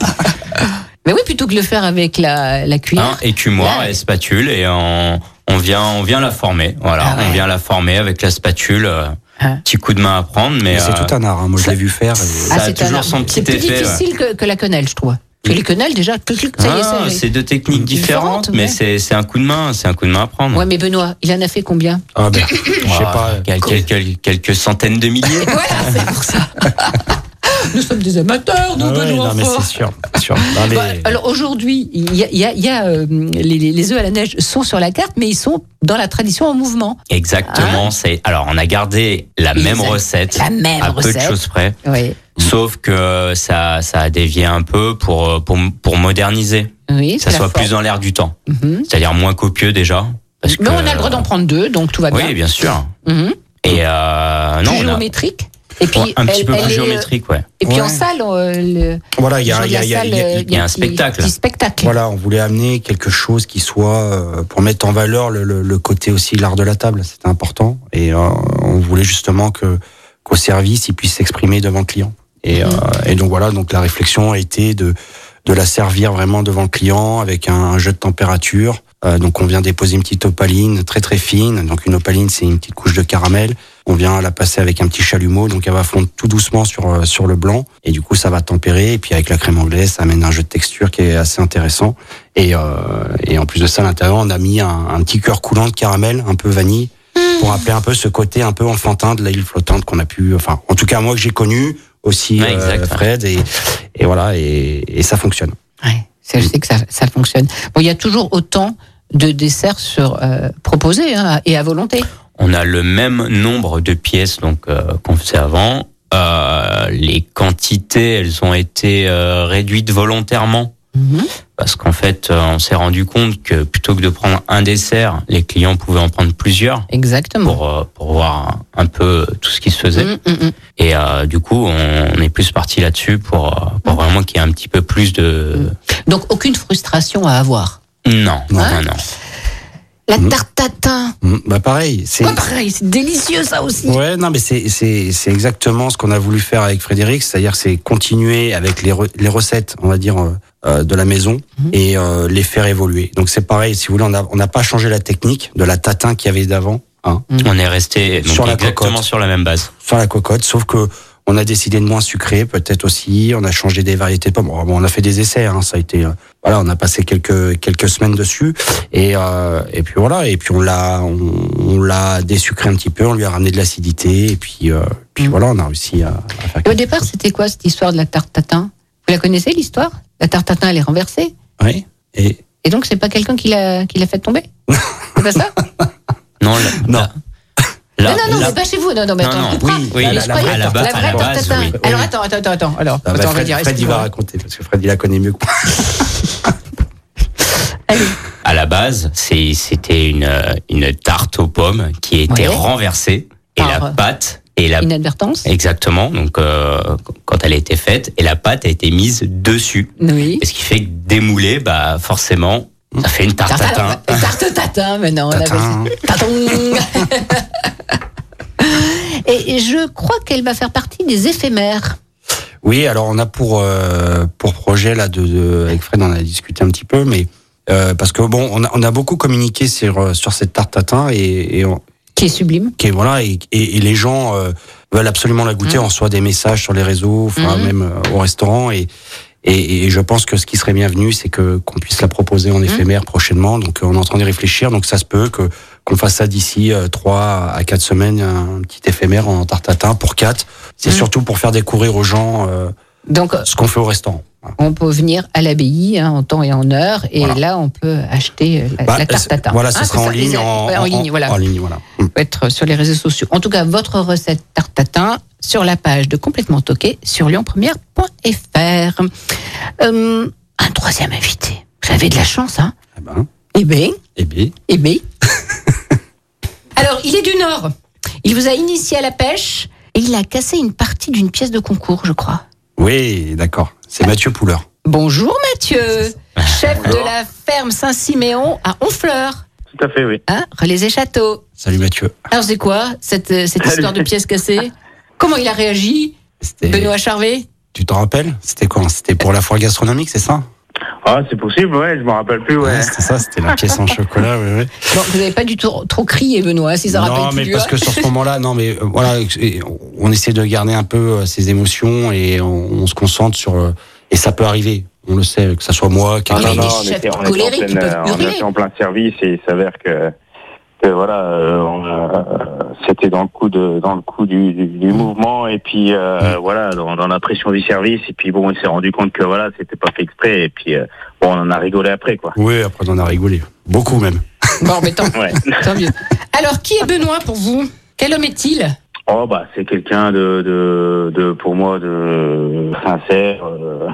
Mais oui, plutôt que le faire avec la, la
Hein,
cuillère.
écumoire
Là.
et spatule et on, on vient on vient la former. Voilà,
Ah ouais.
on vient la former avec la spatule. euh,
Hein.
Petit coup de main à prendre, mais
Mais c'est
euh,
tout un art. hein. Moi, je l'ai vu faire. et-
ça a
Ah, c'est
toujours
un-
son petit
C'est plus
effet, ouais.
difficile que, que la quenelle, je trouve. Parce que les quenelles, déjà, clic, clic, ça y est,
ah,
ça y est.
c'est deux techniques
Différentes,
différentes, mais
ouais.
c'est c'est un coup de main, c'est un coup de main à prendre.
Ouais, mais Benoît, il en a fait combien
Ah ben, [laughs] je sais
Ouah,
pas.
quel- quel- quel- quelques centaines de milliers.
Voilà, c'est pour ça. [laughs] nous sommes des amateurs, nous,
Ah ouais,
Benoît
non, mais
Fort.
c'est sûr.
[laughs]
c'est sûr. Non,
[laughs]
mais-
Bah, alors aujourd'hui, il y a, il y a- il y a, euh, les, les- les œufs à la neige sont sur la carte, mais ils sont dans la tradition en mouvement.
Exactement. C'est alors on a gardé la
Ils
même
ont-
recette
Ah. La même
à Ah, peu
recette. Mm.
de choses près,
Oui,
sauf que ça ça a dévié un peu pour euh, pour pour moderniser.
oui.
ça
c'est la
soit plus
forme.
dans l'air du temps.
Mhm.
C'est-à-dire moins copieux déjà. Parce
Mais
que-
on a le droit d'en prendre deux, donc tout va bien.
Oui, bien sûr.
Mhm.
Et euh, non,
Plus
on a-
géométrique. Et puis,
Ouais, un petit
elle-
peu
elle
plus
est, euh,
géométrique, ouais.
Et puis en
Ouais.
salle, euh, le,
Voilà, il y a,
genre de
il y a-
la
il y a-
salle,
il y a-
euh,
il y a un
petit-
spectacle.
petit spectacle.
Voilà, on voulait amener quelque chose qui soit euh, pour mettre en valeur le, le- le côté aussi l'art de la table, c'était important. Et euh, on voulait justement que qu'au service, il puisse s'exprimer devant le client. Et, euh,
Mm-hmm.
et donc voilà, donc la réflexion a été de de la servir vraiment devant le client avec un, un jeu de température. Euh, donc on vient déposer une petite opaline très très fine. Donc une opaline, c'est une petite couche de caramel. On vient la passer avec un petit chalumeau, donc elle va fondre tout doucement sur euh, sur le blanc. Et du coup, ça va tempérer. Et puis avec la crème anglaise, ça amène un jeu de texture qui est assez intéressant. Et, euh, et en plus de ça, à l'intérieur, on a mis un, un petit cœur coulant de caramel, un peu vanille, pour rappeler un peu ce côté un peu enfantin de la île flottante qu'on a pu, enfin, en tout cas moi que j'ai connu aussi
Ouais, exact,
euh,
ouais.
Fred et, et voilà et, et ça fonctionne.
Ouais, ça, je sais que ça, ça fonctionne. Bon, il y a toujours autant de desserts sur euh, proposés hein, et à volonté.
On a le même nombre de pièces donc euh, qu'on faisait avant. Euh, les quantités, elles ont été euh, réduites volontairement parce qu'en fait, euh, on s'est rendu compte que plutôt que de prendre un dessert, les clients pouvaient en prendre plusieurs
Exactement.
pour euh, pour voir un peu tout ce qui se faisait.
Mm, mm, mm.
Et euh, du coup, on, on est plus parti là-dessus pour, euh,
Mm.
pour vraiment qu'il y ait un petit peu plus de...
Donc aucune frustration à avoir.
Non,
Mm.
non,
Ouais.
non, non.
La
Mhm.
tarte tatin,
Mm, Bah pareil, c'est
pas pareil, c'est délicieux ça aussi.
Ouais, non, mais c'est c'est c'est exactement ce qu'on a voulu faire avec Frédéric, c'est-à-dire c'est continuer avec les re- les recettes, on va dire euh, euh, de la maison et euh, les faire évoluer. Donc c'est pareil, si vous voulez, on a- on n'a pas changé la technique de la tatin qu'il y avait d'avant. Hein.
On est resté donc,
Sur la
exactement
cocotte.
sur la même base.
sur la cocotte, sauf que on a décidé de moins sucrer, peut-être aussi. On a changé des variétés de pommes. Bon, on a fait des essais, hein, ça a été. euh, voilà, on a passé quelques quelques semaines dessus, et euh, et puis voilà, et puis on l'a on, on l'a désucré un petit peu, on lui a ramené de l'acidité, et puis euh, puis voilà, on a réussi à, à faire.
Et au départ, c'était quoi cette histoire de la tarte tatin Vous la connaissez l'histoire La tarte tatin, elle est renversée.
Oui. Et euh,
Et donc, c'est pas quelqu'un qui l'a qui l'a fait tomber C'est pas
[laughs]
ça
Non, là,
Non.
là-
[laughs] Mais
là-
Non, non,
là-
c'est pas chez vous. Non, non, mais
Non,
attends,
non,
je comprends.
oui, oui,
Mais
la-
je
la
croyais-
vraie tarte-
vraie
à la
tarte
base,
tatin.
oui.
Alors, attends, attends, attends, attends. Alors,
Ah bah,
attends, on va
Fred,
dire,
Fred, il
excuse-moi.
va raconter parce que Fred il la connaît mieux que moi.
à la base, c'est- c'était une, euh, une tarte aux pommes qui était
Ouais.
renversée et
Par, euh,
la pâte et la
Inadvertance
exactement donc euh, quand elle a été faite et la pâte a été mise dessus.
Oui.
Et ce qui fait que démoulé, bah forcément, ça fait une tarte tatin.
Tarte Tarte tatin, maintenant. on
Tatin.
appelle ça.
[laughs]
Taton. Et et je crois qu'elle va faire partie des éphémères.
Oui, alors on a pour euh, pour projet là de, de- avec Fred on en a discuté un petit peu, mais euh, parce que bon on a, on a beaucoup communiqué sur euh, sur cette tarte tatin et, et on-
Qui est sublime.
qui est- voilà et, et- et les gens euh, veulent absolument la goûter. On reçoit des messages sur les réseaux, enfin
Mhm.
même euh, au restaurant et, et et je pense que ce qui serait bienvenu c'est que qu'on puisse la proposer en éphémère prochainement. Donc euh, on est en train d'y réfléchir, donc ça se peut que qu'on fasse ça d'ici euh, trois à quatre semaines un petit éphémère en tarte tatin pour quatre. C'est
Mhm.
surtout pour faire découvrir aux gens. euh,
Donc,
ce qu'on fait au restaurant. Voilà.
on peut venir à l'abbaye hein, en temps et en heure. Et
Voilà.
là, on peut acheter euh, la,
Bah,
la
euh,
tarte tatin.
Voilà, ça
Hein,
sera
c'est
en
les-
ligne. En,
ouais, en ligne, voilà.
En ligne, voilà. Mm.
peut être sur les réseaux sociaux. En tout cas, votre recette tarte tatin sur la page de Complètement Toqué sur lyonpremière.fr. Euh, un troisième invité. Vous avez de la chance, hein
Eh ben,
Eh bien,
eh bien,
eh bien. [laughs] Alors, il est du Nord. Il vous a initié à la pêche et il a cassé une partie d'une pièce de concours, je crois.
Oui, d'accord. C'est Mathieu Pouleur.
Bonjour
[laughs]
Mathieu, chef de la ferme Saint-Siméon à Honfleur,
Tout à fait, oui.
hein, Relais et Châteaux.
Salut Mathieu.
Alors c'est quoi cette, euh, cette
Salut.
histoire de pièces cassées Comment il a réagi
C'était-
Benoît Charvet
Tu t'en rappelles C'était quoi C'était pour la foire gastronomique, c'est ça
Ah, c'est possible, ouais, je me rappelle plus, ouais.
Ouais, c'était ça, c'était la
[laughs]
pièce en chocolat, ouais, ouais.
Bon, vous n'avez pas du tout trop crié, Benoît, si ça
non,
rappelle
mais
plus.
parce
hein.
que sur ce moment-là, non, mais euh, voilà, et on essaie de garder un peu euh, ses émotions et on, on se concentre sur. euh, et ça peut arriver, on le sait, que ça soit moi,
Ah,
quelqu'un
mais
d'autre.
des chefs
on
colériques
en
qui peuvent
plein, on
hurler.
était en plein service et il s'avère que, que voilà, euh, on, euh, c'était dans le coup de dans le coup du, du, du
Mm.
mouvement et puis euh, voilà, dans, dans la pression du service et puis bon, il s'est rendu compte que voilà, c'était pas fait exprès et puis euh, bon, on en a rigolé après quoi.
Oui, après, on en a rigolé. Beaucoup même.
Bon, mais tant,
Ouais.
tant mieux. Alors, qui est Benoît pour vous Quel homme est-il
Oh bah c'est quelqu'un de, de de pour moi de sincère. euh,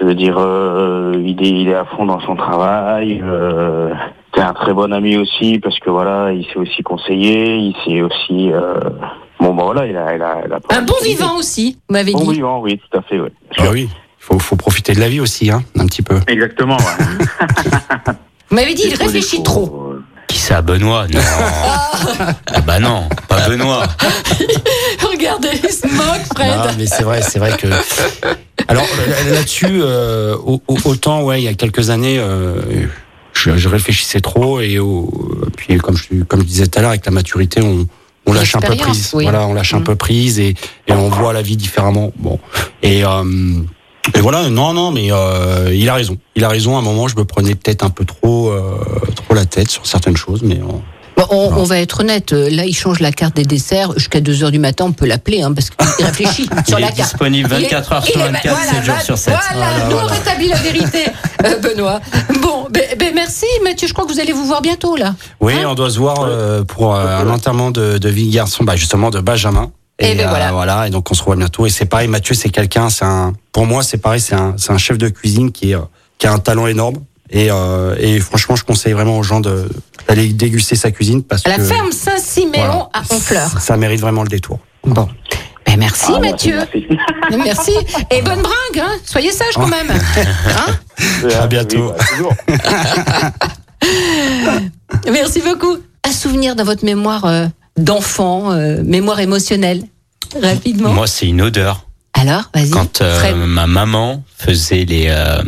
je veux dire, euh, il est il est à fond dans son travail. Euh, c'est un très bon ami aussi parce que voilà, il s'est aussi conseillé, il s'est aussi euh, bon bah voilà, il a il a, il a
Un bon vivant aussi, vous m'avez
Bon
Oh
dit.
vivant, oui, tout à fait, oui.
Ah oui, il faut, faut profiter de la vie aussi, hein, un petit peu.
Exactement. Ouais.
Vous m'avez dit, il réfléchit trop.
Qui ça, Benoît
[laughs]
Non. Ah bah non, pas Benoît.
[laughs] Regardez, il se moque,
Non,
Ah.
Fred.
mais c'est vrai, c'est vrai que. Alors là- là-dessus, euh, au- au- autant ouais, il y a quelques années, euh, je, je réfléchissais trop et au- puis comme je comme je disais tout à l'heure, avec la maturité, on on lâche un peu
L'expérience,
prise.
oui.
Voilà, on lâche un
Mm.
peu prise et, et on voit la vie différemment. Bon et euh, et voilà, non, non, mais euh, il a raison. Il a raison. À un moment, je me prenais peut-être un peu trop, euh, trop la tête sur certaines choses, mais euh,
Bon, on, on va être honnête, euh, là, il change la carte des desserts. Jusqu'à 2h du matin, on peut l'appeler, hein, parce qu'il
[laughs]
réfléchit sur
Il
la
est
carte.
disponible
Il est-
24 heures sur
il est-
24,
voilà,
7 jours
voilà,
sur 7.
Voilà, nous on rétablit la vérité, euh, Benoît. Bon, ben, ben, merci Mathieu, je crois que vous allez vous voir bientôt là.
Oui,
Hein
on doit se voir euh, pour euh, un enterrement de, de vie de garçon, bah, justement de Benjamin.
Eh ben voilà.
Et donc on se revoit bientôt. Et c'est pareil, Mathieu, c'est quelqu'un, c'est un, pour moi, c'est pareil, c'est un, c'est un chef de cuisine qui, est, euh, qui a un talent énorme. Et, euh, et franchement, je conseille vraiment aux gens de- d'aller déguster sa cuisine parce
À la
que
ferme Saint-Siméon
voilà,
à Honfleur.
Ça, mérite vraiment le détour.
Bon. Ben merci
Ah, merci,
Mathieu, [laughs] Eh, merci. Et bonne bringue, hein. soyez sage quand
[laughs]
même. Hein
merci.
À bientôt.
Oui, bah, toujours.
[laughs] merci beaucoup. Un souvenir dans votre mémoire euh, d'enfant, euh, mémoire émotionnelle, rapidement.
Moi, c'est une odeur.
Alors, vas-y.
Quand euh,
Fred.
ma maman faisait les, euh,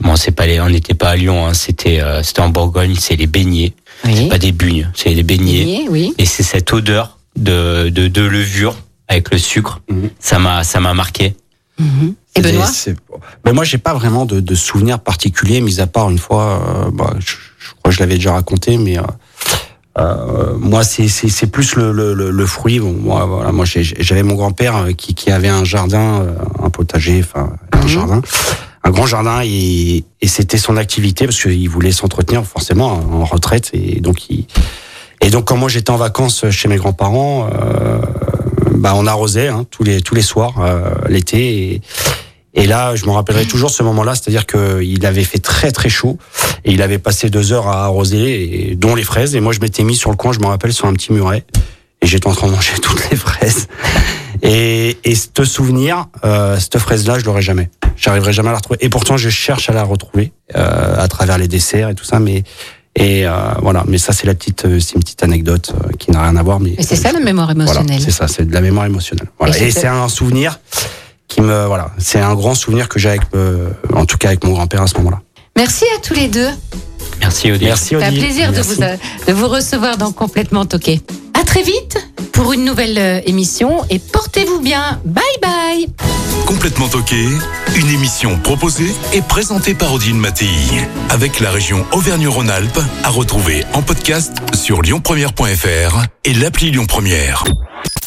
bon, c'est pas les, on n'était pas à Lyon, hein, c'était, euh, c'était en Bourgogne, c'est les beignets,
Oui.
pas des bugnes, c'est les beignets.
Nier, oui.
Et c'est cette odeur de, de, de levure avec le sucre.
Mhm.
Ça m'a, ça m'a marqué.
Mhm. Et Benoît
C'est- c'est- ben moi, j'ai pas vraiment de, de souvenirs particuliers, mis à part une fois, euh, bah, je, je crois que je l'avais déjà raconté, mais euh, euh, moi, c'est- c'est c'est plus le, le, le, le fruit. Bon, moi, voilà, moi, j'ai- j'avais mon grand-père euh, qui, qui avait un jardin, euh, un potager, enfin, un
Mhm.
jardin. Un grand jardin et, et c'était son activité parce qu'il voulait s'entretenir forcément en retraite et donc il, et donc quand moi j'étais en vacances chez mes grands-parents, euh, bah on arrosait hein, tous les tous les soirs euh, l'été. Et, et là, je me rappellerai toujours ce moment-là, c'est-à-dire que il avait fait très très chaud et il avait passé deux heures à arroser, et, dont les fraises. Et moi, je m'étais mis sur le coin, je me rappelle, sur un petit muret, et j'étais en train de manger [laughs] toutes les fraises. Et, et ce souvenir, euh, cette fraise-là, je l'aurai jamais. J'arriverai jamais à la retrouver. Et pourtant, je cherche à la retrouver euh, à travers les desserts et tout ça. Mais et euh, voilà. Mais ça, c'est la petite, euh, c'est une petite anecdote euh, qui n'a rien à voir. Mais
Et c'est ça la mémoire émotionnelle.
voilà, c'est ça, c'est de la mémoire émotionnelle. Voilà.
Et
Et,
c'est-
c'est un souvenir qui me, voilà, c'est un grand souvenir que j'ai avec, euh, en tout cas avec mon grand-père à ce moment-là.
Merci à tous les deux.
Merci Odile.
Merci
C'est un
Odile.
plaisir de
Merci.
vous, euh, de vous recevoir dans Complètement Toqué. À très vite pour une nouvelle euh, émission et portez-vous bien. Bye bye.
Complètement toqué, une émission proposée et présentée par Odile Mattei. Avec la région Auvergne-Rhône-Alpes, à retrouver en podcast sur lyonpremière.fr et l'appli Lyon Première.